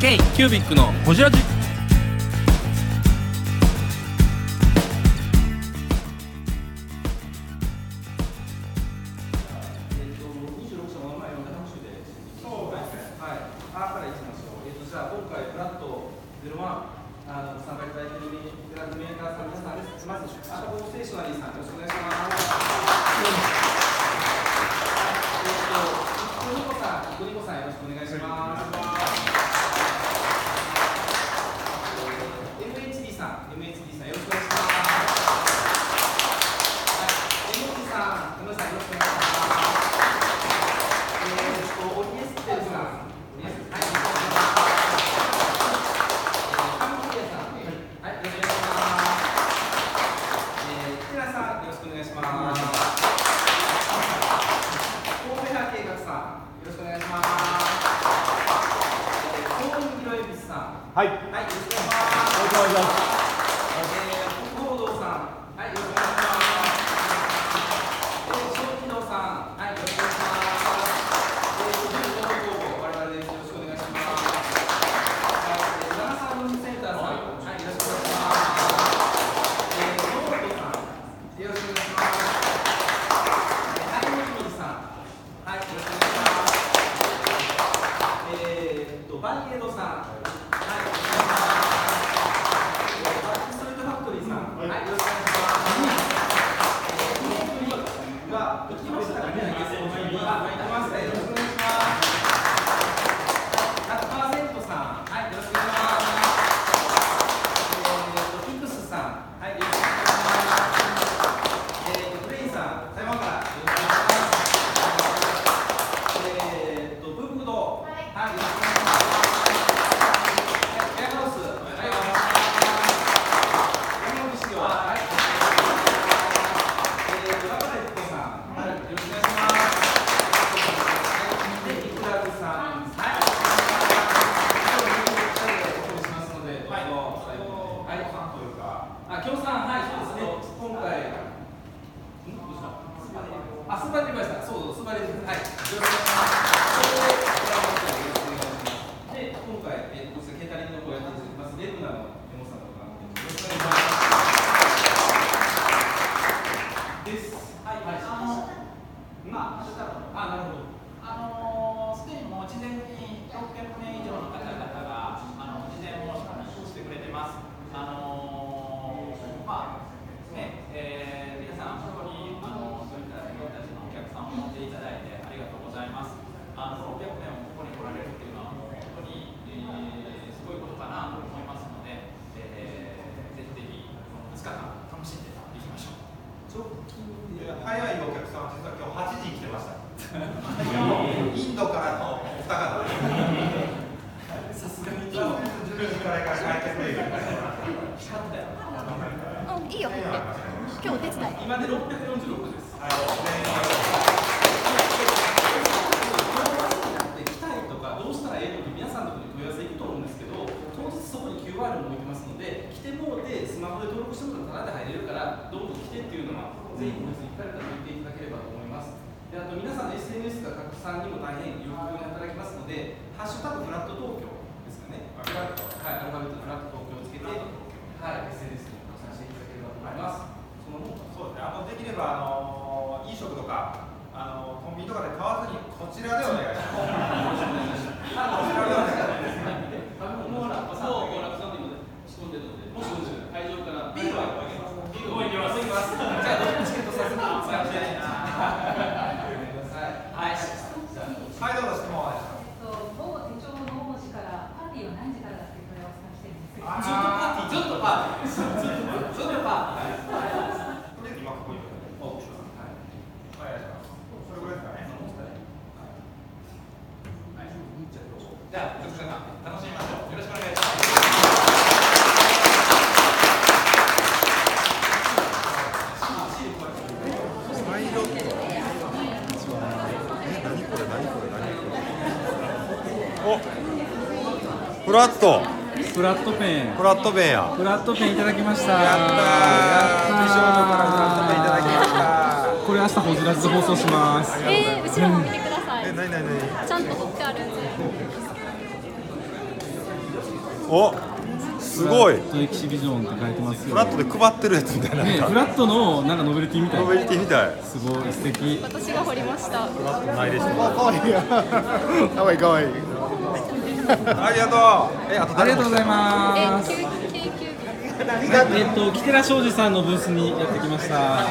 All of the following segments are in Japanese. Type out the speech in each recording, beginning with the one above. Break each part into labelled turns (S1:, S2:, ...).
S1: ケイキュービックのホジラジ
S2: そうですね。はい。あからいきましょう。えっ、とじゃあ今回ブラッドゼロワンあの参加いただいているメーカーさん皆さんです。まず出社ホームステーショナリーさんよろしくお願いします。えっ、とニコニコさん、ニコニコさんよろしくお願いします。えー MHD さん、MHD さんよろしくお願いします。はい。M T さん、M さんよろしくお願いします。えー、っと、オリエステルさん。オリエステルさんはい。えー、カムキリアさん。はい、よろしくお願いします。えー、テラさん、よろしくお願いします。神戸派計画さん、よろしくお願いします。えー、東北広恵比寿さん。
S3: はい、お
S2: はい、よろしくお願い
S3: 願いしま
S2: します。
S3: す。
S2: えー、報道さん、はい、よろしくお願いします。えー、小規道さん、はい、よろしくお願いします。えー、小規道高校、我々です。よろしくお願いします。はい、えー、長沢文センターさん、はい、よろしくお願いします。えー、ノートさん、よろしくお願いします。えー、はい、もじもじさん、はい、よろしくお願いします。えーっと、バイエドさん、はい、よろしくお願いします。バックストリートファクトリーさん、はい、よろしくお願いします。えー、フリークリーさん、はい、よろしくお願いします。えー、フリークリーさん、はい、よろしくお願いします。えー、フリークリーさん、はい、よろしくお願いします。えー、フリークリーさん、はい、よろしくお願いします。えー、フリークリーさん、はい、よろしくお願いします。えー、フリークリーさん、はい、よろしくお願いします。えー、フリークリーさん、はい、よろしくお願いします。えー、フリークリーさん、はい、よろしくお願いします。えー、フリークリーさん、はい、よろしくお願いします。えー、フリークリーさん、はい、よろしくお願いします。えー、フリークリーさん、はい、よろしくお願いします。えー、フリークリーさん、はい、よろしくお願いします。えー、フリークリーさん、はい、よろしくお願いします。えー、フリークリーさん、はい、よろしくお願いします。えー、フリークリーさん、はい、よろしくおが行きましたかね、ゲストの方にあ、行きました。よろしくお願いします。100%さん、はい、よろしくお願いします。えーと、ピクスさん、はい、よろしくお願いします。えーと、プレインさん、台湾からよろしくお願いします。えーと、ブックド、はい、よろしくお願いします。はい、ペアハウス、はい、よろしくお願いします。山口氏は、はい。えー、ラバレットさん、はい、よろしくお願いします。はい、で、イクラズさん、はい。今日、二人でお送りしますので、どうぞ、最後まで。はい、さんというか。あ、きょうさん、はい、そうですね、今回。んどうしたあ、すばりました。そうそう、すばりです。はい、よろしくお願いします。で、今回、えっと、ケータリングのごやっています、レブナの山本さんとか、よろしくお願いします。です。
S4: はい、
S2: はい
S4: あの、まあ、そしたら、
S2: あ、なるほど。
S4: あのすでにもう事前に600名以上の方々が、あの事前申し込みしてくれてます。あのまあ、ね、えー皆さん、本当に、あのそういった自分たちのお客さんを持っていただいてありがとうございます。あの600名もここに来られるっていうのは、もう本当に、えーすごいことかなと思いますので、えーぜひぜひ、この2日間、楽しんでいきましょう。
S5: 直近で早いお客さん、実は今日8時に来てました。インドからのお二方で
S2: さ
S5: す。
S2: すが
S5: 昨日10時からが開店で。
S4: 光ったよ。
S6: うん、いいよ。今日お手伝い。
S2: 今で646です。で来たいとかどうしたらええのって皆さんのところに問い合わせ行くと思うんですけど当日そこに QR も置いてますので来てもうてスマホで登録してもらったらタダで入れるからどんどん来てっていうのはぜひ本日に行かれたら言っていただければと思いますであと皆さんの SNS が拡散にも大変有効に働きますので「ハッシュタグフラット東京」ですかねフラットはいアルファベットフラット東京をつけてはい SNS に拡散していただければと思いますそのも
S5: そうですね。あのできればあの飲食とかあのコンビニとかで買わずにこちらでお願いします。こちらでお願いします。
S2: もうラッパさんもうラッパさんで今仕込んでるのでもしもし会場からビールはビールはいけますいけますじゃあどうもチケットさせてください
S4: 光ったよな
S2: はい
S5: はい
S4: はい。
S5: どうぞ質問お願いし
S7: えっと、午後手帳の主からパーティーは何時からだって問い合わせをしてるんですけど、
S5: ます。
S4: ずっとパーティー、ずっとパー
S5: とりあえ
S4: ティー、ずっとパーティー。
S5: ず今ここにいる。
S2: おはい
S5: お願いします。それぐらいですかね。
S4: じゃあ、徳塚さん、楽しみましょう。よろしくお願いします。
S8: フラット
S9: フラットペン
S8: フラット弁や
S9: フラットペンいただきましたや
S8: やったー
S9: ったー
S8: 美少女からフラットペンいただきました
S9: これ明日ホジラズ放送します
S6: えー、後ろも見てください。
S8: え、なになになに
S6: ちゃんと撮ってあるんで。
S5: おすごい
S8: フラットエキシビジョンって書いてますよ
S5: フラットで配ってるやつみたいな
S8: ね
S5: なん
S8: フ
S5: か
S8: ラットのなんかノベルティみたい
S5: ノ
S8: な
S5: ベリティみたい
S8: すごい素敵
S10: 私が掘りました。
S5: フラットないでしょ
S11: かわいいや。かわいいかわいい。
S5: ありがとうえあと
S8: あり
S5: 誰
S8: がとうござい
S10: え、
S8: ま
S10: 救急救急。
S8: すえっとキテラ庄司さんのブースにやってきました
S11: あ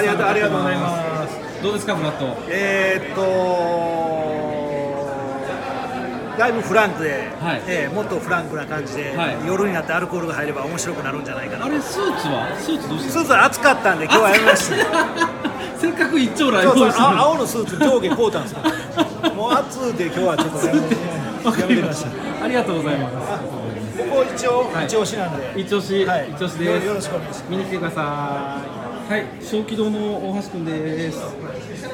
S11: りがとうありがとうございます
S8: どうですかフラット
S11: えー、っと、だいぶフランクで、
S8: はい
S11: えーもっとフランクな感じで、
S8: はい
S11: 夜になってアルコールが入れば面白くなるんじゃないかな
S8: あ。れスーツはスーツどうし
S11: ス
S8: た
S11: ーツ暑かったんで今日はやめ ました。
S8: たせっかく一丁来
S11: そうそ
S8: 用
S11: う
S8: 意した
S11: あ
S8: の
S11: 青のスーツ上下こうたんですから。もう暑で今日はちょっとやめて
S8: わか
S11: やめ
S8: り
S11: て
S8: ま
S11: まし。
S8: した
S11: こ
S8: たありがとうございます
S11: こ一応、
S8: はい
S11: 一押しなんで。
S8: 一押し、
S11: はい
S8: 一押し
S11: よ
S8: です
S11: よろしくお願いします。
S8: 見に来てください。はい、小気道の大橋くんです。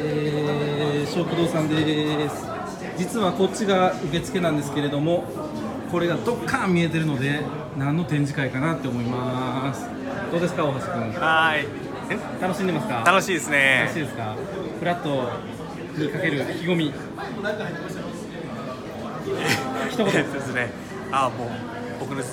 S8: えー、小気道さんです。実はこっちが受付なんですけれども、これがどっかん見えてるので、何の展示会かなって思います。どうですか、大橋くん。
S12: はい。
S8: 楽しんでますか。
S12: 楽しいです
S8: 楽しい
S12: ね。
S8: ですか。フラットにかける意気込み。一
S12: そう
S8: 言。
S12: ですね。あもう僕のう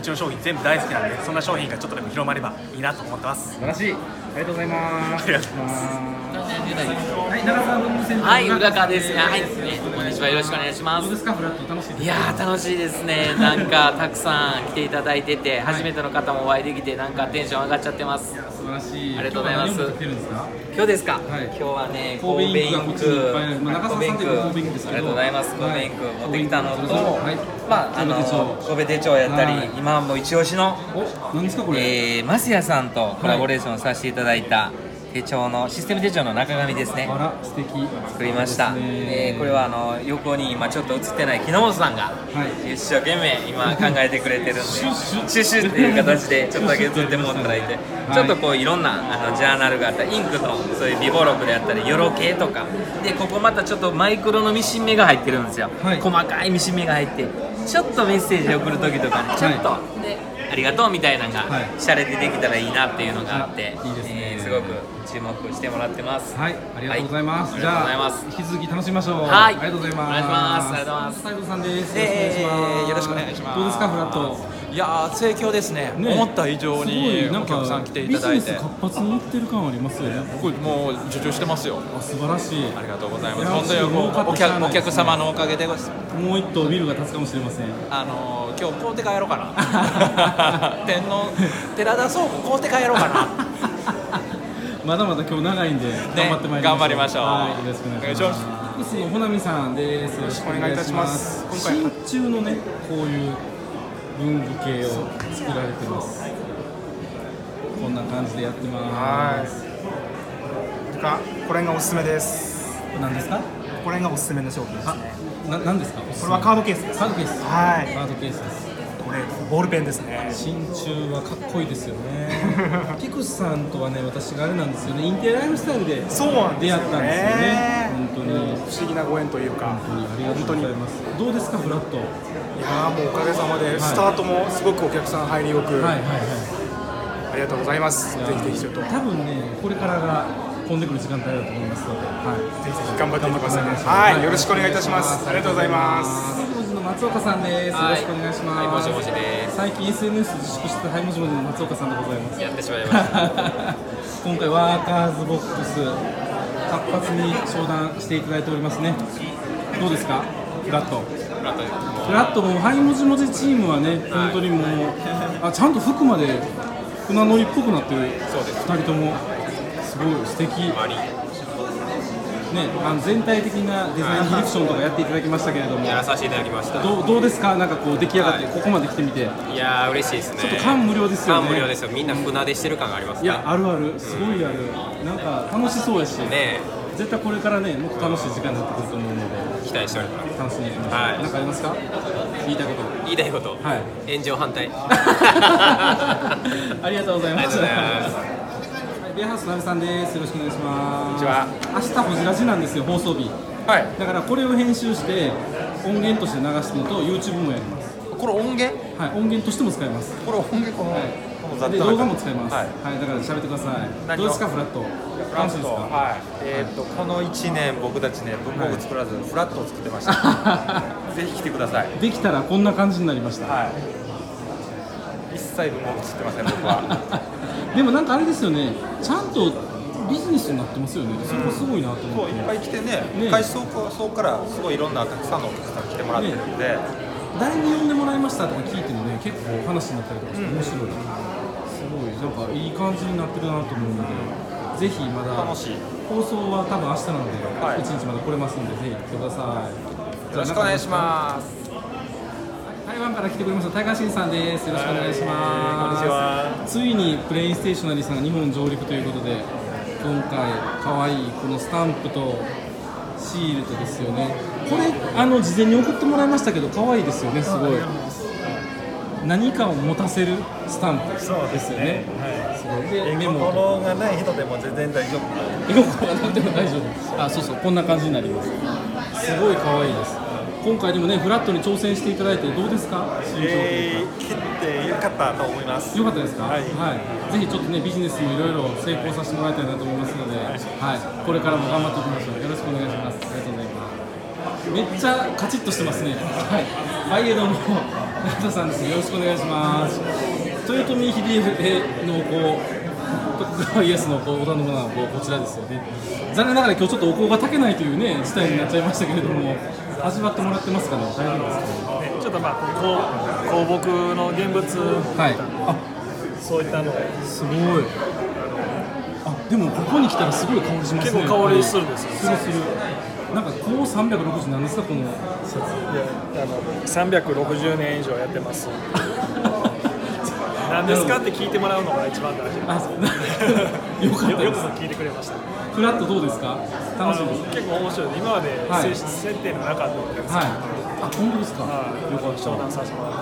S12: ちの商品全部大好きなんで、そんな商品がちょっとでも広まればいいなと思ってます。
S8: 素晴らしい。ありがとうございます。
S12: ありがとうございます
S8: はい、長澤文具センターの
S4: はい、
S8: 中
S4: 浦川です。
S8: えー
S4: はい、こんにちは。よろしくお願いしま
S8: どう
S4: す
S8: で。すか、フラット楽しいですか
S4: いやー楽しいですね、なんかたくさん来ていただいてて、初めての方もお会いできて、なんかテンション上がっちゃってます。
S8: 素晴らしい。
S4: ありがとうございます
S8: 今日は何を持ってきてるんですか。
S4: 今日ですか、
S8: はい
S4: 今日はね、
S8: 神戸
S4: 神戸
S8: イ
S4: イ
S8: ンク
S4: ンク
S8: がこっちにいっぱいあるまあ中澤さんといえば神戸インクです
S4: あ
S8: けど
S4: りがとうございます、
S8: はい
S4: 神戸インク持ってきたのと、
S8: はい
S4: まあ、あの
S8: 神戸手帳
S4: 神戸手帳やったり、
S8: はい
S4: 今もう一押しの、
S8: お、何ですかこれ。
S4: えー、マスヤさんとコラボレーションさせていただいた手帳の、システム手帳の中紙ですね。
S8: あら素敵。
S4: 作りました、えーこれはあの横に今ちょっと映ってない木之本さんが
S8: い
S4: 一生懸命今考えてくれてるんで、
S8: シュッシュッ
S4: シュッシュッっていう形 でちょっとだけ撮ってもらっていて、
S8: い
S4: ちょっとこういろんなあのジャーナルがあったりインクのそういう微暴録であったりよろ系とかでここまたちょっとマイクロのミシン目が入ってるんですよ、
S8: はい
S4: 細かいミシン目が入ってちょっとメッセージ送る時とかにちょっと、でありがとうみたいなのが
S8: はい
S4: 洒落てできたらいいなっていうのがあって、
S8: あいいですね
S4: えーすごく注目してもらってます。
S8: はい、ありがとうございます。
S4: はい
S8: じゃ
S4: ありがとうございます
S8: 引き続き楽しみましょう。
S4: はい
S8: ありがとうございます。
S4: お願いしますありがとうございます
S8: 斉藤さんです。
S12: えーよろしくお願いします
S8: どうですかフラット。
S12: いやー盛況ですね
S8: ね
S12: 思った以上
S8: す
S12: に
S8: ごいな
S12: お客さん来ていただいて
S8: んかビジネス活発になってる感ありますよね。
S12: 僕もう受注してますよ。
S8: あ、素晴らしい。
S12: ありがとうござい
S8: い
S12: ま
S8: や
S12: す。本当に
S8: 儲か
S12: も
S8: っ
S12: うお
S8: てしゃあ
S12: 客
S8: ない
S12: お客様のおかげでございます
S8: もう一棟ビルが立つかもしれません。
S12: あのー今日買うて帰ろう かな。天皇寺田倉庫買うて帰ろうかな。
S8: まだまだ今日長いんで、頑張ってまいりましょう。
S12: 頑張りましょう
S8: はい、よろしくお願いします。福士のほなみさんです。よろしくお願いいたします。今回新中のね、こういう文具系を作られてます。こんな感じでやってます。
S11: かこれがおすすめです。
S8: 何ですか？
S11: これがおすすめの商品ですね。
S8: な何ですか？こ
S11: これはカードケースです。
S8: カードケース。
S11: は
S8: カードケースです。
S11: い。これボールペンですね。
S8: 真鍮はかっこいいですよね。菊池さんとはね、私があれなんですよね。インテリアライフスタイルで
S11: そうなんです
S8: 出
S11: よ
S8: 会った
S11: ね
S8: んですよね。本当に。
S11: 不思議なご縁というか、
S8: 本当にありがとうございます。どうですか、フラット。はい
S11: やーもうおかげさまで、スタートもすごくお客さん入りよく、
S8: いはいはい。
S11: ありがとうございます。ぜひぜひちょっと、ぜ
S8: 多分ねこれからが混んでくる時間帯だと思いますので、は
S11: ひぜひ頑張っていってくださいね。
S8: はい
S11: はい、よろしくお願いいたします。ありがとうございます。
S8: い、モジの松岡さんです、
S4: は
S8: よろし
S4: い
S8: くお願いします、
S4: はいもじもじで
S8: 最近 SNS 自粛してたハイモジモジの松岡さんでございます
S4: やってしまいました。
S8: 今回ワーカーズボックス活発に商談していただいておりますねどうですかフラットフラットもハイモジモジチームはね本当にもうあちゃんと服まで船乗りっぽくなってる2人ともすごい素敵ね、あの全体的なデザインディレクションとかやっていただきましたけれども、
S12: やらさせていただきました。
S8: どうどうですか、なんかこう出来上がって、ここまで来てみて、ちょ
S12: いやー嬉しいですね。
S8: っと感無量ですよね。
S12: 感無量ですよ。みんな船出してる感があります
S8: い
S12: ね。
S8: や、あるある、すごいある、なんか楽しそうやし、
S12: ね
S8: 絶対これからね、もっと楽しい時間になってくると思うので、
S12: え期待しております。
S8: 楽しみにしましょう。
S12: はい
S8: なんかありますか言いたいこと。
S12: 言いたいこと。
S8: はい。
S12: 炎 上反対。
S8: ありがとうございま
S12: ありがと
S8: す。
S12: うございます
S8: はいベアハウスなべさんです。よろしくお願いします。
S3: こんに
S8: ちは。明日ホジラジなんですよ、放送日。
S3: はい
S8: だからこれを編集して音源として流すのと YouTube もやります。
S3: これ音源
S8: はい、音源としても使えます。
S3: これ音源この、
S8: はい
S3: この
S5: ざっと
S8: で動画も使います。
S5: は
S8: はいい、だから喋ってください。
S5: 何
S8: ど
S5: を
S8: うですかフラット。
S5: フラ
S8: 楽しいです
S5: ット、
S8: か。
S5: はい、えっ、と、この1年、僕たちね、文房具作らず、フラットを作ってました。 ぜひ来てください。
S8: できたらこんな感じになりました。
S5: はい。一切文房具作ってません、僕は。
S8: でもなんかあれですよね。ちゃんとビジネスになってますよね。そこすごいなと思っ
S5: こう
S8: て。
S5: いっぱい来てね、
S8: ね
S5: 開始早々から、すごいいろんなたくさんのお客さん来てもらってるんで。
S8: 誰に呼んでもらいましたとか聞いてもね、結構話になったりとかして面白い。すごいなんかいい感じになってるなと思うので、ぜひまだ
S5: 楽しい
S8: 放送は多分明日なので、一、
S5: はい
S8: 日まだ来れますんでぜひ来てください。
S5: よろしくお願いします。
S8: 台湾から来てくれました台湾新さんです。よろしくお願いします。
S5: はい
S8: ついにプレインステーショナリーさんが日本上陸ということで、今回可愛いこのスタンプとシールとですよね。これあの事前に送ってもらいましたけど可愛いですよね。すごい。何かを持たせるスタンプですよね。すごいでメモ。
S11: 心がない人でも全然大丈夫
S8: 色がなっても大丈夫あそうそうこんな感じになりますすごい可愛いです今回でもねフラットに挑戦していただいてどうですか心境というか
S11: 切ってよかったと思います
S8: 良かったですか、
S11: はい
S8: ぜひちょっとねビジネスもいろいろ成功させてもらいたいなと思いますので、はい、これからも頑張っていきましょうよろしくお願いしますありがとうございますめっちゃカチッとしてますねはいはいえどうも成田さんですよろしくお願いします豊臣秀吉のこう徳川家康のこう織田信長のこうこちらですよね残念ながら今日ちょっとお香が炊けないというね事態になっちゃいましたけれども味わってもらってますかね大丈夫ですか
S12: ねちょっとまあこう香木の現物
S8: はいあ
S12: そういったのを
S8: すごい。あ、でもここに来たらすごい香りしますね。
S12: 結構香りするんですよ
S8: するする。なんかこう三百六十なんですかこのシャツ。
S12: いやあの360年以上やってます。何ですかって聞いてもらうのが一番大事。
S8: あ、な よかった
S12: よ
S8: で
S12: く
S8: す。
S12: 聞いてくれました。
S8: フラットどうですか。
S12: あ
S8: 楽しい
S12: の
S8: です。
S12: 結構面白いです。今まで
S8: はい
S12: 接設定のなかったので、
S8: はい。あ、本当ですか。
S12: はい
S8: よかった。
S12: 商
S8: はい。
S12: 談させてもらって。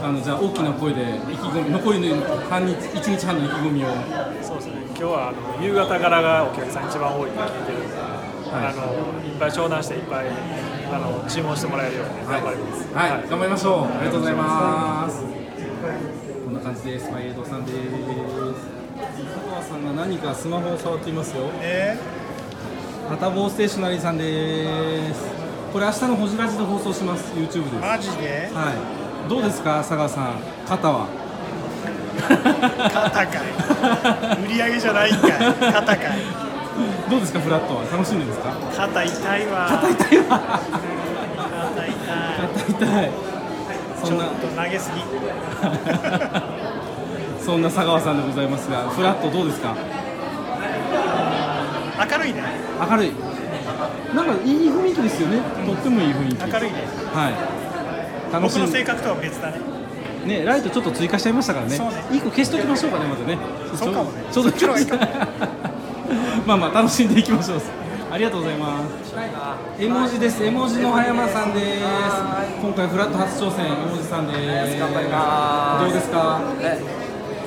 S8: あのじゃあ大きな声で意気込み残りの半日一日半の意気込みを。
S12: そうですね。今日はあの夕方からがお客さん一番多いって聞いてるんで、あのいっぱい商談していっぱいあの注文してもらえるように頑張ります。
S8: はい、頑張りましょう。ありがとうございます。こんな感じです。マイエイドさんです。佐川さんが何かスマホを触っていますよ。ハタボーステーショナリーさんです。これ明日のホジラジで放送します。YouTube です。
S11: マジで
S8: はい。どうですか、佐川さん。肩は。
S11: 肩か い売り上げじゃないんかい肩かい
S8: どうですか、フラットは。楽しんでますか。
S11: 肩痛いわ
S8: 肩痛いわ。
S11: 肩痛い
S8: 肩痛い。そんな。
S11: ちょっと投げすぎ
S8: そんな佐川さんでございますが、フラットどうですか。
S11: 明るいね
S8: 明るいなんかいい雰囲気ですよねとってもいい雰囲気
S11: 明るいね
S8: はい楽
S11: 僕
S8: し
S11: の
S8: ん
S11: 性
S8: で
S11: 格とは別だね
S8: ねライトちょっと追加しちゃいましたからね
S11: そうね
S8: 一個消しときましょうかねまずね
S11: そうかもね
S8: ちょうど
S11: そっちの方がいいかも
S8: まあまあ楽しんでいきましょうありがとうございます絵文字です絵文字の葉山さんです今回フラット初挑戦絵文字さんです
S2: 頑張ります
S8: どうですか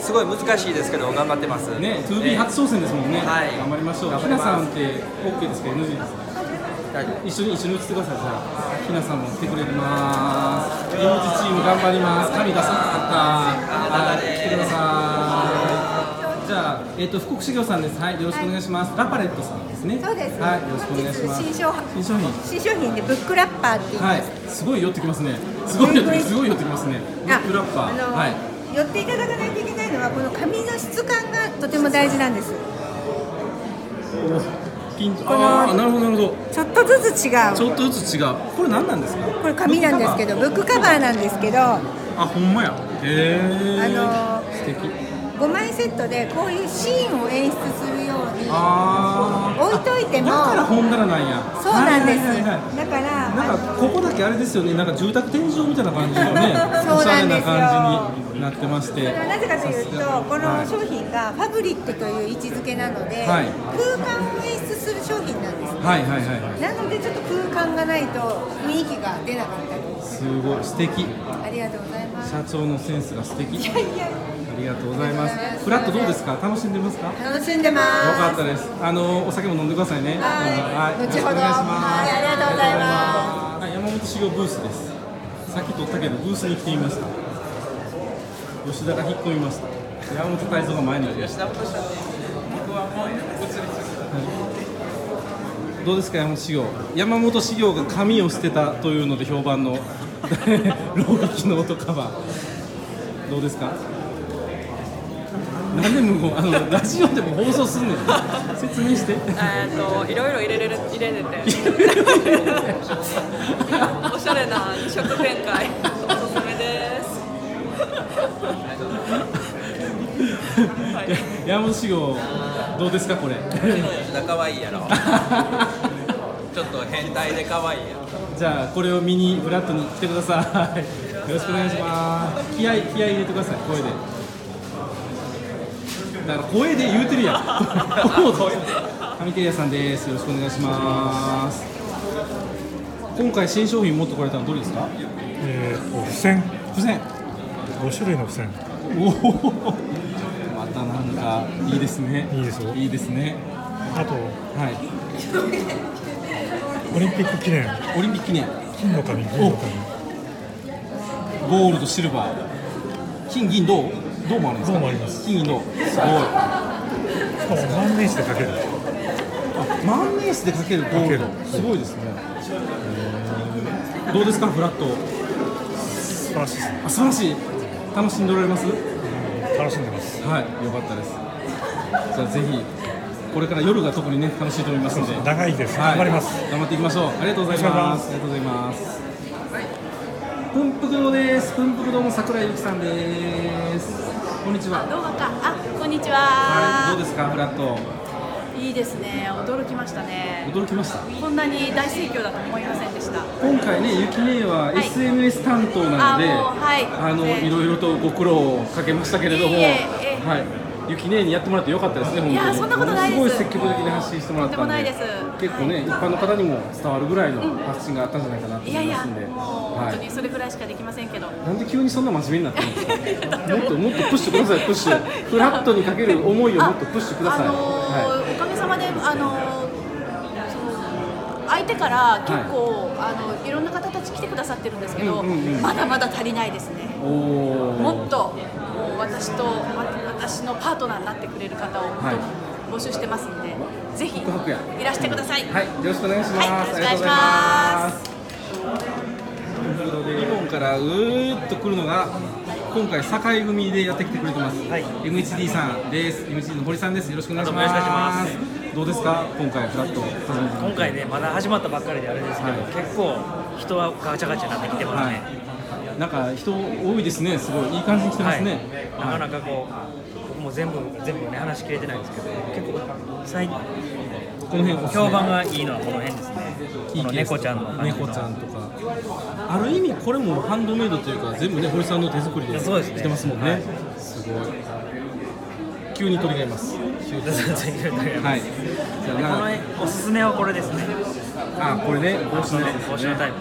S2: すごい難しいですけど頑張ってます
S8: ね 2B 初挑戦ですもんね
S2: はい
S8: 頑張りましょう
S2: 頑
S8: ひ
S2: 張
S8: な
S2: りま
S8: さ
S2: す
S8: んって OK ですか NG ですか一緒に一緒に映ってくださいじゃあひなさんも来てくれてます絵文字チーム頑張ります神がさったはい来てくださいじゃあ、えっと福国修行さんです。はい、よろしくお願いします。ラパレットさんですね。
S13: そうですね
S8: はい、よろしくお願いします。
S13: 新商
S8: 新商品。
S13: 新商品でブックラッパーって言い
S8: は
S13: ま
S8: い、
S13: す。
S8: すごい寄ってきますね。すごい寄ってきます。すごい寄ってきますね。ブックラッパ
S13: あ
S8: ー。
S13: の、
S8: はい。
S13: 寄っていただかないといけないのはこの紙の質感がとても大事なんです。
S8: ピンと。
S13: この
S8: ああ、なるほど、なるほど。
S13: ちょっとずつ違
S8: ち
S13: う。
S8: ょっとずつ違う。これ何なんですか。
S13: これ紙なんですけど、ブックカバーなんですけど、あ
S8: あ、ほんまや。へえ。
S13: の
S8: 素敵。
S13: 5枚セットでこういうシーンを演出するように
S8: ああ。
S13: 置いといても
S8: だから本棚なんや。
S13: そうなんです
S8: はいはいはいはい。
S13: だから、
S8: なんかここだけあれですよね。なんか住宅天井みたいな感じのね
S13: そう
S8: おしゃれ
S13: なんですよ
S8: な感じになってまし
S13: そ
S8: て
S13: れ。はなぜかというと、この商品がファブリックという位置づけなので、
S8: はい
S13: 空間を演出する商品なんです。
S8: はいはいはいはい。
S13: なのでちょっと空間がないと雰囲気が出なかったり。
S8: すごい素敵。
S13: ありがとうございます。
S8: 社長のセンスが素敵。
S13: いやいや
S8: ありがとうございます。フラットどうですか。楽しんでますか。よ
S13: 楽しんでます。
S8: かったです。あのお酒も飲んでくださいね。
S13: はい、
S8: よろ
S13: 後
S8: しくお
S13: ほど。
S8: 願いします
S13: はい、。ありがとうございます。
S8: はい山本修行ブースです。さっき撮ったけどブースに来てみました。吉田が引っ込みました山本泰造が前に来ました
S14: 僕はもうこっち
S8: どうですか山本修行山本修行が髪を捨てたというので評 判の老劇の男はどうですかなんで無言あのラジオでも放送す んねん説明し
S15: え
S8: て
S15: っといろいろ入れれる入れれておしゃれな二色展開おすすめです。
S8: 山本修行どうですかこれ
S14: だ可愛いやろちょっと変態で可愛いやろ
S8: じゃあこれを見にフラットに来てくださいよろしくお願いします気合い気合い入れてください声でだから声で言うて るやん上手屋さんですよろしくお願いします今回新商品持ってこられたのどれですか
S11: えーと付箋
S8: 付箋
S11: 5種類の付箋
S8: おおまたなんかいいですねいいですいいですね
S11: あと
S8: はい
S11: オリンピック記念
S8: オリンピック記念
S11: 金の紙銀の紙
S8: ゴールドシルバー金銀銅銅もあるんですか銅もあります金銀銅すごい
S11: しかも万年筆で書ける
S8: あ万年筆で書けるゴールドすごいですねどうですかフラット素晴らしいです素晴らしい楽しんでおられます楽しんでますはいよかったですじゃあぜひこれから夜が特にね楽しいと思いますので長いです
S11: 頑張ります
S8: 頑張っていきましょうありがとうございますありがとうございますぷんぷく堂ですぷんぷく堂の桜井由紀さんですこんにちは
S6: どうもか、あ、こんに
S8: は
S6: ち
S8: い
S6: は。
S8: どうですかフラット
S6: いいですね、驚きましたね。
S8: 驚きました
S6: こんなに大盛況だと思いませんでした。
S8: 今回ね、ゆきねえは SNS 担当なので、
S6: あもうはい
S8: あの
S6: ね
S8: いろいろとご苦労をかけましたけれども、
S6: いえいえええ
S8: はい、ゆきねえにやってもらってよかったですね、本当に。
S6: いやそんなことないです
S8: ものすごい積極的に発信してもらったんで、
S6: とんでもないです
S8: 結構ね、一般の方にも伝わるぐらいの発信があったんじゃないかなと
S6: い
S8: 思
S6: や
S8: い
S6: い
S8: ま
S6: や、
S8: すんで、
S6: もう
S8: は
S6: 本当にそれくらいしかできませんけど。
S8: い。なんで急にそんな真面目になってるんですか。もっともっとプッシュください、プッシュ。フラットにかける思いをもっとプッシュください。
S6: あのー
S8: はい
S6: おかげさまで、あのーその相手から結構、い、あのいろんな方たち来てくださってるんですけど、
S8: うんうんうん
S6: まだまだ足りないですね。
S8: おー
S6: もっともう私とわ私のパートナーになってくれる方を
S8: はい
S6: 募集してますので、ぜひ
S8: 告白や
S6: いらしてください。
S8: はい、よろしくお願いします。
S6: はいよろしくお願いし
S8: あ
S6: ま
S8: りがとうございます。リボンからうーっと来るのが今回堺組でやってきてくれてます。MHD さんです。MHD の堀さんです。よろしくお願いします。
S4: よろしくお願いし
S8: どうですか今回フラット始めて
S4: 今回ねまだ始まったばっかりであれですけど、結構人はガチャガチャになってきてますね、
S8: はい。なんか人多いですね。すごいいい感じに来てますね。
S4: はいなかなかこう僕も全部全部ね話しきれてないんですけど結構最こ
S8: この辺おすすめ
S4: 評判がいいのはこの辺ですねこの猫ちゃんの感じの
S8: 猫ちゃんとかある意味これもハンドメイドというか全部ね堀さんの手作りで
S4: そうですね
S8: 来てますもんね。すごい。急に取り替えます。急に取り替えます。はい。じ
S4: こ
S8: ゃ
S4: の
S8: あ
S4: 辺おすすめはこれですね
S8: あこれね帽子のやつですね
S4: 帽子のタイプ、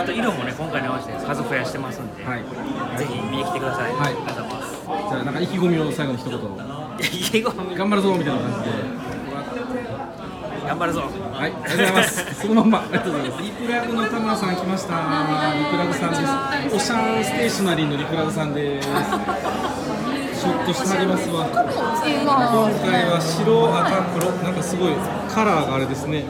S4: あと色もね今回に合わせて数増やしてますんで、ぜひ見に来てください、
S8: はい
S4: ありがとうございます
S8: なじゃあなんか意気込みを最後に一言。頑張るぞみたいな感じで。
S4: 頑張るぞ
S8: はい、ありがとうございます。そのまんま、ありがとうございます。リプラグの田村さん来ました。リプラグさんです。オシャンステーショナリーのリプラグさんです。ショットしてありますわ。今回は白、赤、黒、なんかすごいカラーがあれですね。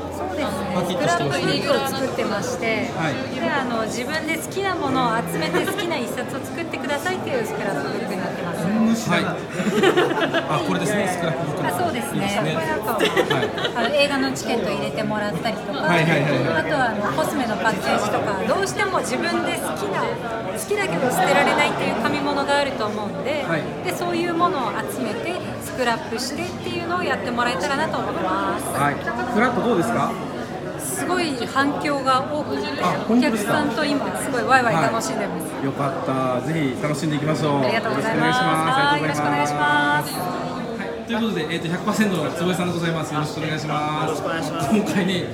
S8: パキッとしてますね。
S13: リーを作ってまして、
S8: はい
S13: であの自分で好きなものを集めて好きな一冊を作ってくださいっていうスクラップブックになってます。
S8: はい。 あ、これですね。スクラップブックの。
S13: あそうです
S8: いい
S13: ね。これなんかはあの映画のチケット入れてもらったりとか、
S8: はいはいはいはい
S13: あとはあのコスメのパッケージとか、どうしても自分で好きな好きだけど捨てられないっていう紙物があると思うので、
S8: はい
S13: でそういうものを集めてスクラップしてっていうのをやってもらえたらなと思います。
S8: はい。フラットどうですか。
S13: すごい反響が多くて
S8: あ、
S13: お
S8: 本当
S13: 客
S8: ですか
S13: さんと今すごいワイワイ楽しんでます。
S8: よかった。ぜひ楽しんでいきましょう。
S13: ありがとうございます。はい
S8: よ
S13: よろ
S8: ろし
S13: し
S8: くお
S13: く
S8: 願
S13: お願
S8: い
S13: い
S8: し
S13: し
S8: ま。
S13: ますす。
S8: ということで、えー、と100%の坪井さんでございます。よろしくお願いします。今回ね、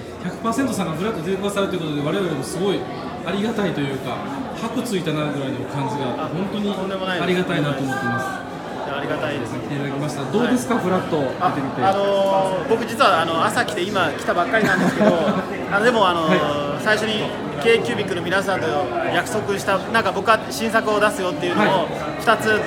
S8: 100%さんがブラッと出てくださるということで、我々もすごいありがたいというか、拍ついたなぐらいの感じが、本当にありがたいなと思ってます。
S2: ありがとうございがたいです
S8: 来ていただきました。どうですか、フラット見てみて。
S2: あのー僕実はあの朝来て今来たばっかりな んですけどあのでもあのー、最初に k キュービックの皆さんと約束したなんか僕は新作を出すよっていうのを2つ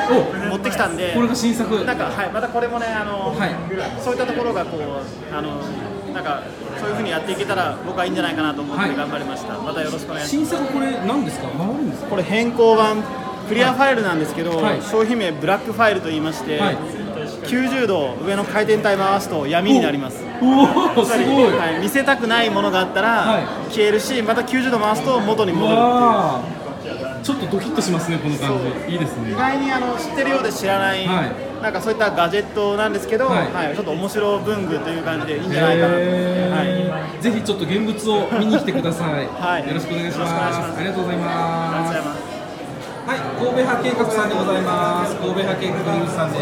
S2: 持ってきたんで、
S8: これが新作
S2: なんか、はい、またこれもねあのー、そういったところがこうあのーなんかそういうふうにやっていけたら僕はいいんじゃないかなと思って頑張りました、またよろしくお願いし
S8: 新作これ何ですか？回るんですか？
S2: これ変更版ますクリアファイルなんですけど、
S8: はい
S2: 商品名ブラックファイルと言いまして、
S8: はい
S2: 90度上の回転体回すと闇になります
S8: おおすごい。
S2: はい、見せたくないものがあったら消えるし、また90度回すと元に戻るっていう
S8: ちょっとドキッとしますねこの感じ。いいですね。
S2: 意外にあの知ってるようで知らない、
S8: は
S2: なんかそういったガジェットなんですけど、
S8: は
S2: はいいちょっと面白文具という感じでいいんじゃないかなと思って、はい
S8: へーぜひちょっと現物を見に来てください。よろしくお願いします。ありがとうございます。はい、神戸派計画さんでございます。神戸派計画のさんです。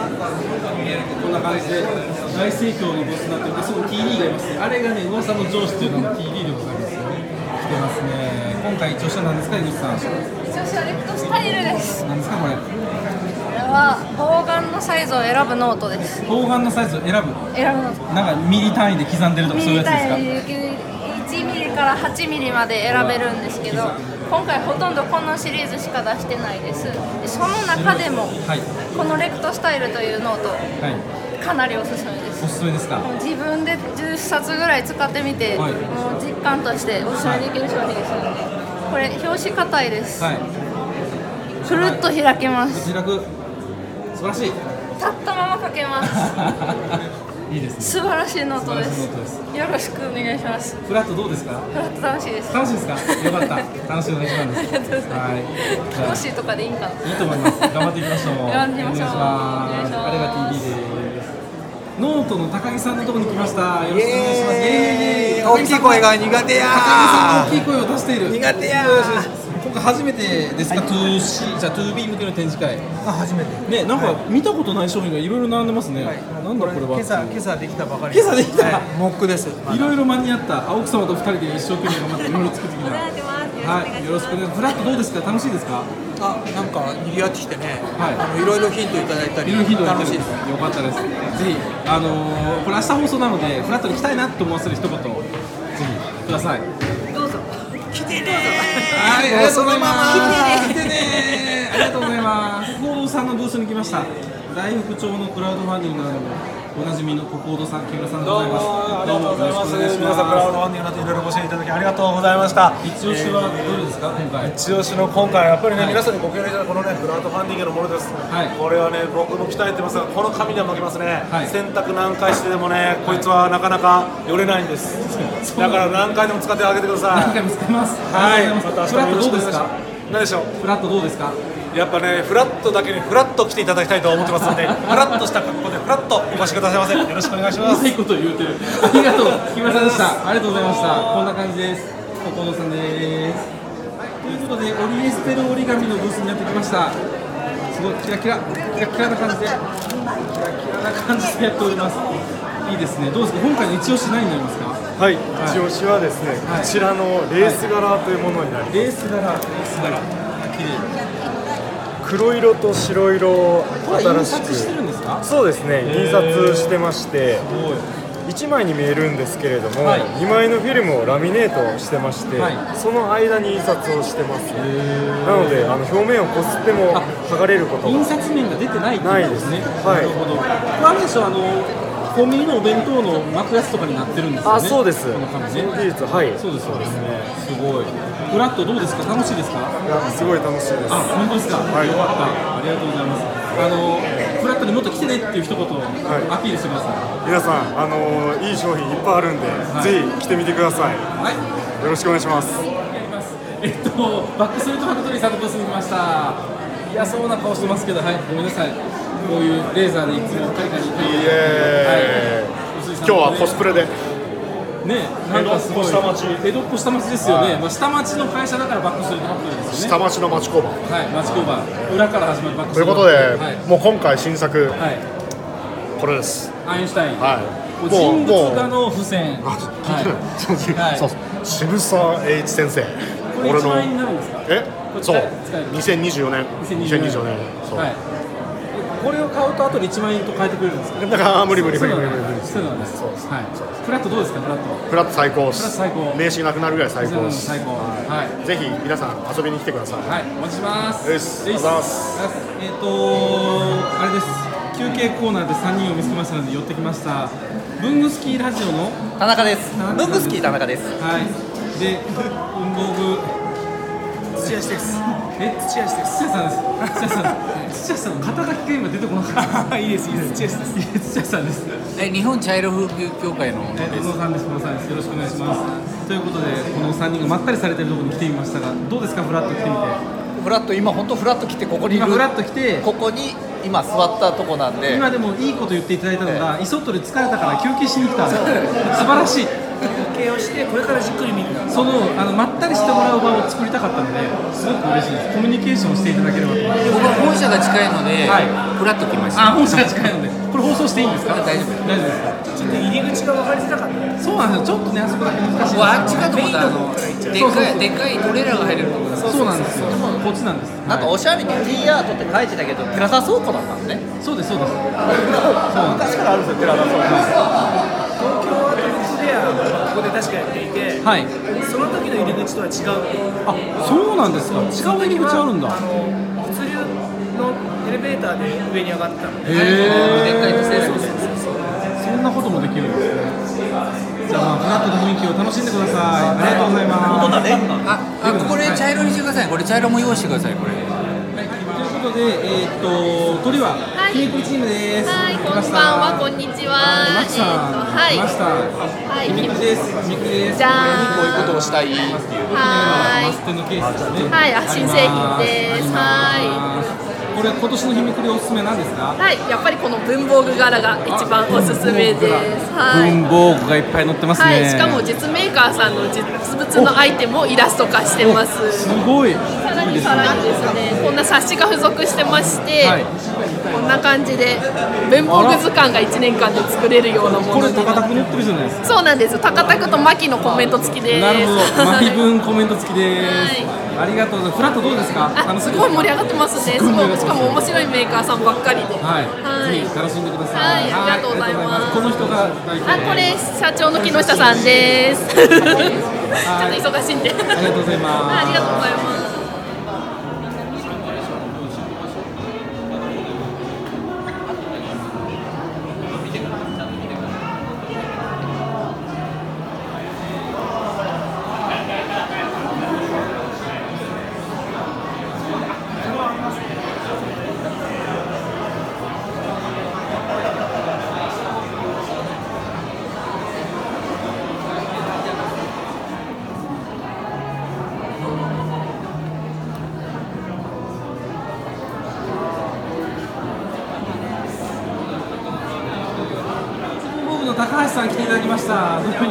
S8: こんな感じで大盛況のボスになっております。その TD がいますね。あれがね、噂の上司というのが TD でございます。来てますね。今回著者なんですか、井口さん。な
S13: 女子アレクトスタイルです。
S8: んですか、これ。
S13: これは方眼のサイズを選ぶノートです。
S8: 方眼のサイズを選ぶ。
S13: 選ぶノート。
S8: なんかミリ単位で刻んでるとかそういうやつですか。
S13: 1ミリから8ミリまで選べるんですけど今回ほとんどこのシリーズしか出してないですでその中でも
S8: はい。
S13: このレクトスタイルというノート
S8: はい。
S13: かなりおすすめです
S8: おすすめですか。
S13: もう自分で10冊ぐらい使ってみて、
S8: はい
S13: もう実感としておすすめできる商品ですのでこれ表紙硬いです
S8: はい。
S13: くるっと開けます
S8: 開く。素晴らしい。
S13: 立ったまま書けます
S8: いいですね。
S13: 素晴らしいノー
S8: 素
S13: ト
S8: 晴
S13: で
S8: らしい
S13: す
S8: ノートです。
S13: よろしくお願いします
S8: フラットどうですか。
S13: フラット楽しいです
S8: 楽しいですか。よかった。楽しいのが一番です。
S13: ありがとうございます
S8: はい。じゃあ
S13: 楽しいとかでいいんかない
S8: いと思います。頑張っていきましょう。
S13: 頑張っていきましょう
S8: お願いします。あれが TV です。ノートの高木さんのところに来ました。よろしくお願いします。イエー
S16: 大
S8: イ
S16: きい声が苦手や
S8: 高木さんが大きい声を出している。苦手や今回初めてですか、2C、じゃあ 2B 向けの展示会。あ、初めて。ね、なんか見たことない商品がいろいろ並んでますね。なんだこれは。
S17: 今朝今朝できたばかり
S8: 今朝できた
S17: はいモックです
S8: いろいろ間に合った青草と二人で一生懸命頑張っていろいろ作ってきた。はい、よろしくお願いします。フラットどうですか？楽しいですか？
S17: あなんか賑わってきてね、
S8: はい
S17: あのいろいろヒントいただいたり
S8: いろいろヒントを
S17: 楽しい
S8: よ
S17: です
S8: かったです。ぜひあのー、これ明日放送なのでフラットに来たいなと思わせる一言ぜひください。
S13: どうぞ来てね
S8: はい、ありがとうございます。
S13: 来
S8: てね。ありがとうございます。ココードさんのブースに来ました。大福町のクラウドファンディングなどでもおなじみのココードさん、木村さんでございます。
S12: ありがとうございます。
S8: どうもよろしくお願い
S12: 皆
S8: し
S12: さん、クラウド
S8: ま
S12: ファンディングなどいろいろご支援いただきありがとうございました。
S8: 一押しはどれですか、今回。
S12: 一押しの今回、やっぱりね、
S8: はい
S12: 皆さんにご協力いただいたこのね、クラウドファンディングのものです。これはね、僕も鍛えてますが、この紙では負けますね。選択何回してでもね、こいつはなかなか寄れないんです。だから何回でも使ってあげてください。
S8: 何回も使います。
S12: はい、
S8: ありが
S12: ま
S8: とうご
S12: た
S8: ざいま
S12: 明
S8: すフ
S12: 日
S8: ラッ
S12: もよ
S8: トどうですか？
S12: ろしくお願いします。何でしょう。
S8: フラットどうですか？
S12: やっぱね、フラットだけにフラット来ていただきたいと思って ますので、フラッとした格好でフラッとお越しくださいませ。よろしくお願いします。
S8: いこと言うてる。ありがとう、木村さんでした。ありがとうございました。こんな感じです。ここのさんです。ということで、オリエステル折り紙のブースにやってきました。すごい、キラキラ、キラキラな感じで、キラキラな感じでやっております。いいですね。どうですか、今回の一押し何になりますか。
S12: はい、一押しはですね、
S8: はい
S12: こちらのレース柄というものになります。
S8: レース柄、レース柄。綺麗。
S12: 黒色と白色を
S8: これ
S12: 新
S8: 印
S12: し
S8: 刷してるんですか
S12: く。そうですね、印刷してまして。1枚に見えるんですけれども、
S8: はい
S12: 2枚のフィルムをラミネートしてまして、
S8: はい
S12: その間に印刷をしてますなのであの表面をこすっても剥がれることが
S8: 印刷面が出てないっていうことですね。
S12: はい
S8: なるほど。これあれでしょう、あの、コンビニのお弁当の幕やつとかになってるんですよね。
S12: あそうです
S8: この紙ね。
S12: 技術はい
S8: そうですそうですね。すごい。フラットどうですか？楽しいですか？
S12: いやすごい楽しいです
S8: あ、本当ですか。はい。よかった。ありがとうございます。あのフラットにもっと来てねっていう一言アピールしてください。
S12: 皆さん、あのーいい商品いっぱいあるんで、
S8: はい
S12: ぜひ来てみてください、、
S8: はい
S12: よろしくお願いします
S8: えっとバックストリートファクトリーさんのブースに来ました。いやそうな顔してますけど、はい。ごめんなさい。こういうレーザーでいつもカリカリ。
S12: イエーイ今日はコスプレで
S8: ね、なんかすごい江戸っ子下町ですよね、まあ、下町の会社だからバックストリートファクトリーですよね
S12: 下町の町工場
S8: はい町工場裏から始まるバックス
S12: と
S8: ト
S12: いう
S8: リート
S12: ことで、
S8: はい、
S12: もう今回新作、これです
S8: アインシュタイン、
S12: はい
S8: も
S12: も
S8: う人
S12: う
S8: 物画の付箋はい
S12: そうそう渋沢栄一先生
S8: これ一番になるんですか
S12: え
S18: 使
S19: そう
S18: える
S19: 2024年2024年そう、
S8: はいこれを買うと後で1万円と変えてくれるんですか
S19: だから無理無理無理無理無理無理
S8: そうなんですそうなんですはいフラットどうですかフラット
S19: フラット最高っす
S8: フラット最高
S19: 名刺なくなるぐらい最高っす
S8: 最高はい
S19: ぜひ皆さん遊びに来てください
S8: はいお待ちします
S19: よしありがとうございます
S8: えっ、とあれです休憩コーナーで3人を見つけましたので寄ってきました文具スキーラジオの
S20: 田中です文具スキー田中です
S8: はいで文房具土屋ですえ土屋です土屋さんです土屋さんです 土屋さんの肩書きが今出てこなかった いいですいいです土屋さんです土屋さんです
S20: え日本茶色風景協会の
S8: え小野さんです小野さんですよろしくお願いしますということでこの3人がまったりされてるところに来てみましたがどうですかフラッと来てみて
S20: フラット今本当フラット来てここにいる
S8: 今フラッと来て
S20: ここに今座ったとこなんで
S8: 今でもいいこと言っていただいたのが、イソットで疲れたから休憩しに来た素晴らしい
S20: 休憩をしてこれからじっくり見る
S8: そのあのまったりしてもらう場を作りたかったのですごく嬉しいですコミュニケーションしていただければと思います
S20: 僕は本社が近いので、フラッと来ました
S8: あ本社が近いのでこれ放送していいんですか大丈夫大丈夫です
S20: ちょっと入り口が分かりづらかった
S8: そうなんですよちょっとねあそこだけ難しい
S20: ここあっちかと思ったらあので
S8: そうそう
S20: か
S8: そ
S20: いうでかいトレーラーが入れるところだ
S8: そうなんですよこっちなんです
S20: なんかおしゃれに T アートって書いてたけど寺田倉庫だったんですね
S8: そうですそうです
S20: 昔からあるんですよ寺田倉
S21: 東京アトリスフェアをここで確かやっていて、
S8: はい
S21: その時の入り口とは違う
S8: あそうなんですか近場に口あるんだ
S21: 物流のエレベーターで上に上がってたので
S8: へー
S21: でっかいとせそう
S8: そんなこともできるんですねじゃあまあフラットの雰囲気を楽しんでくださいありがとうございます
S20: 庫だねああこれ茶色にしてくださいこれ茶色も用意してくださいこれ
S8: ということで、えーっと鳥は
S22: はい
S8: ケークチームです。
S22: はい、こんばんは、こんにち
S8: 来
S22: は。
S8: ました。
S22: はい
S8: 来ました。
S22: はい
S8: ひみくです。ひみくです。
S22: じゃーん
S8: こういうことをしたいっていうことで
S22: はーい
S8: マステのケースですね。
S22: はいあ新製品ですは
S8: ーい。これ今年のひみくりおすすめなんですか。
S6: はい、やっぱりこの文房具柄が一番おすすめです。はい。
S8: 文房具がいっぱい載ってますね。
S6: はい、しかも実メーカーさんの実物のアイテムをイラスト化してます。
S8: すごい。
S6: さらにさらにですね、こんな冊子が付属してまして、
S8: はい
S6: こんな感じで文房具図鑑が1年間で作れるようなも
S8: こ
S6: の
S8: れ高田く載ってるじゃないですか。
S6: そうなんです。高田くと牧のコメント付きです。
S8: なるほど。マ
S6: はい
S8: フ分コメント付きです。
S6: は
S8: ありがとうございます。フラットどうですか。楽
S6: い。
S8: し
S6: すごい盛り上がってますね。す
S8: ごい盛り上がってま
S6: ごい
S8: す
S6: しかも面白いメーカーさんばっかりで。
S8: はい、
S6: は
S8: ぜひ
S6: い
S8: 楽しんでください。
S6: はいありがとうございます
S8: はいありがとうございますこの人が
S6: あ、これ社長の木下さんです。 ちょっと忙しいんで。
S8: ありがとうございます。
S6: ありがとうございます。
S8: 文房具の高橋さん来ていただきました。どうも。どうも。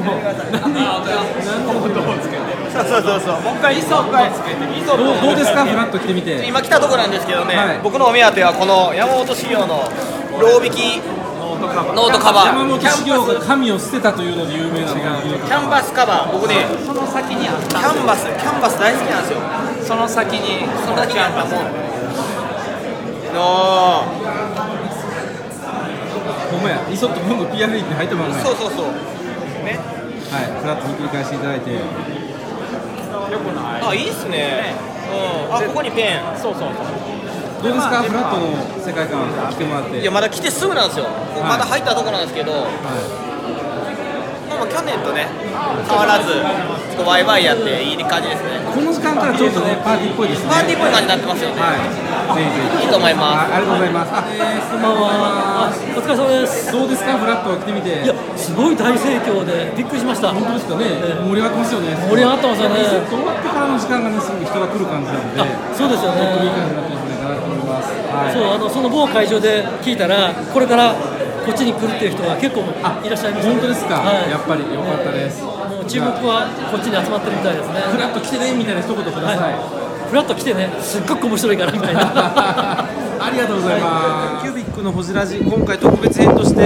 S8: なんで、なんで、どうもつけて。
S23: そうそうそうそう。もう一回イソットつけて。イソ
S8: ど
S23: ッ
S8: う
S23: ト
S8: どうですか、フラット来てみて。
S23: 今来たとこなんですけどね、
S8: はい
S23: 僕のお目当てはこの山本資料のロー引きノートカバー
S8: 山本修行が神を捨てたというので有名な
S23: キャンバスカバー僕ねその先にあったキャンバスキャンバス大好きなんですよその先にその先にあったもんの
S8: ほんまや、イソット文具 PR に入ってもらわない。
S23: そう
S8: は
S23: そうそうね
S8: い、フラットひっくり返していただいて。
S23: あいいっすねうんあここにペンそうそうそう
S8: どうですか、フラットの世界観来てもらって。
S23: いやまだ来てすぐなんですよ、まだ入ったとこなんですけど、まあ、去年とね変わらずちょっとワイワイやっていい感じですね
S8: この時間からちょっとね、パーティーっぽいですね。
S23: パーティーっぽい感じになってますよね、
S8: ぜひぜひ
S23: いいと思います
S8: あありがとうございます。あ、えー、こんばんは。お疲れ様です。どうですか、フラット来てみて。いや、すごい大盛況で、びっくりしました。本当ですかね、盛り上がってますよね。
S24: 盛り上がってますよね
S8: いや終わってからの時間がね、すごく人が来る感じなんで。
S24: そうですよね
S8: とってもいい感じになってるんじゃないかなと
S24: そうあのそ
S8: 思います。はい。
S24: の某会場で聞いたら、これからこっちに来るっていう人が結構いらっしゃいました、
S8: 本当ですか、
S24: はい
S8: やっぱり良かったです。
S24: もう注目はこっちに集まってるみたいですね、
S8: フラッと来てねみたいな一言ください、
S24: フラッと来てね、すっごく面白いからみたいな、
S8: ありがとうございます。
S24: す、
S8: キュービックのホジラジ今回特別編として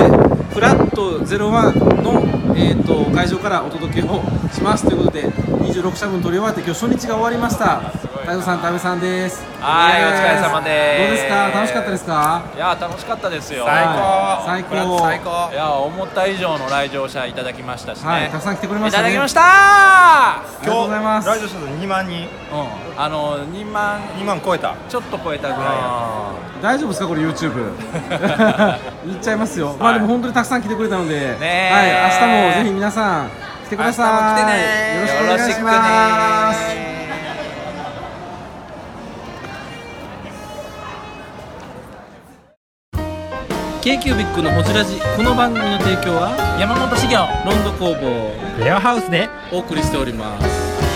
S8: フラット01のえっ、と会場からお届けをしますということで26社分取り終わって今日初日が終わりました。太蔵さん、田部さんです。
S2: はい
S8: イエーイ
S2: お疲れ様です
S8: どうですか、楽しかったですか。
S2: いやー楽しかったですよ
S8: 最高最高最
S2: 高いやー思った以上の来場者いただきましたしね、
S8: はい、たくさん来てくれました、ね。
S2: いただきました
S8: りがとうございます
S2: 来場者2万人、あの2万2万超えたちょっと超えたぐらいや
S8: 大丈夫ですか、これ YouTube。言っちゃいますよ。まあ、でも、本当にたくさん来てくれたので。
S2: ね
S8: はい、明日もぜひ皆さん、来てください。
S2: 明日も来てね
S8: よろしくお願いします。
S11: k q b i c のホジラジこの番組の提供は山本資源ロンド工房レアハウスでお送りしております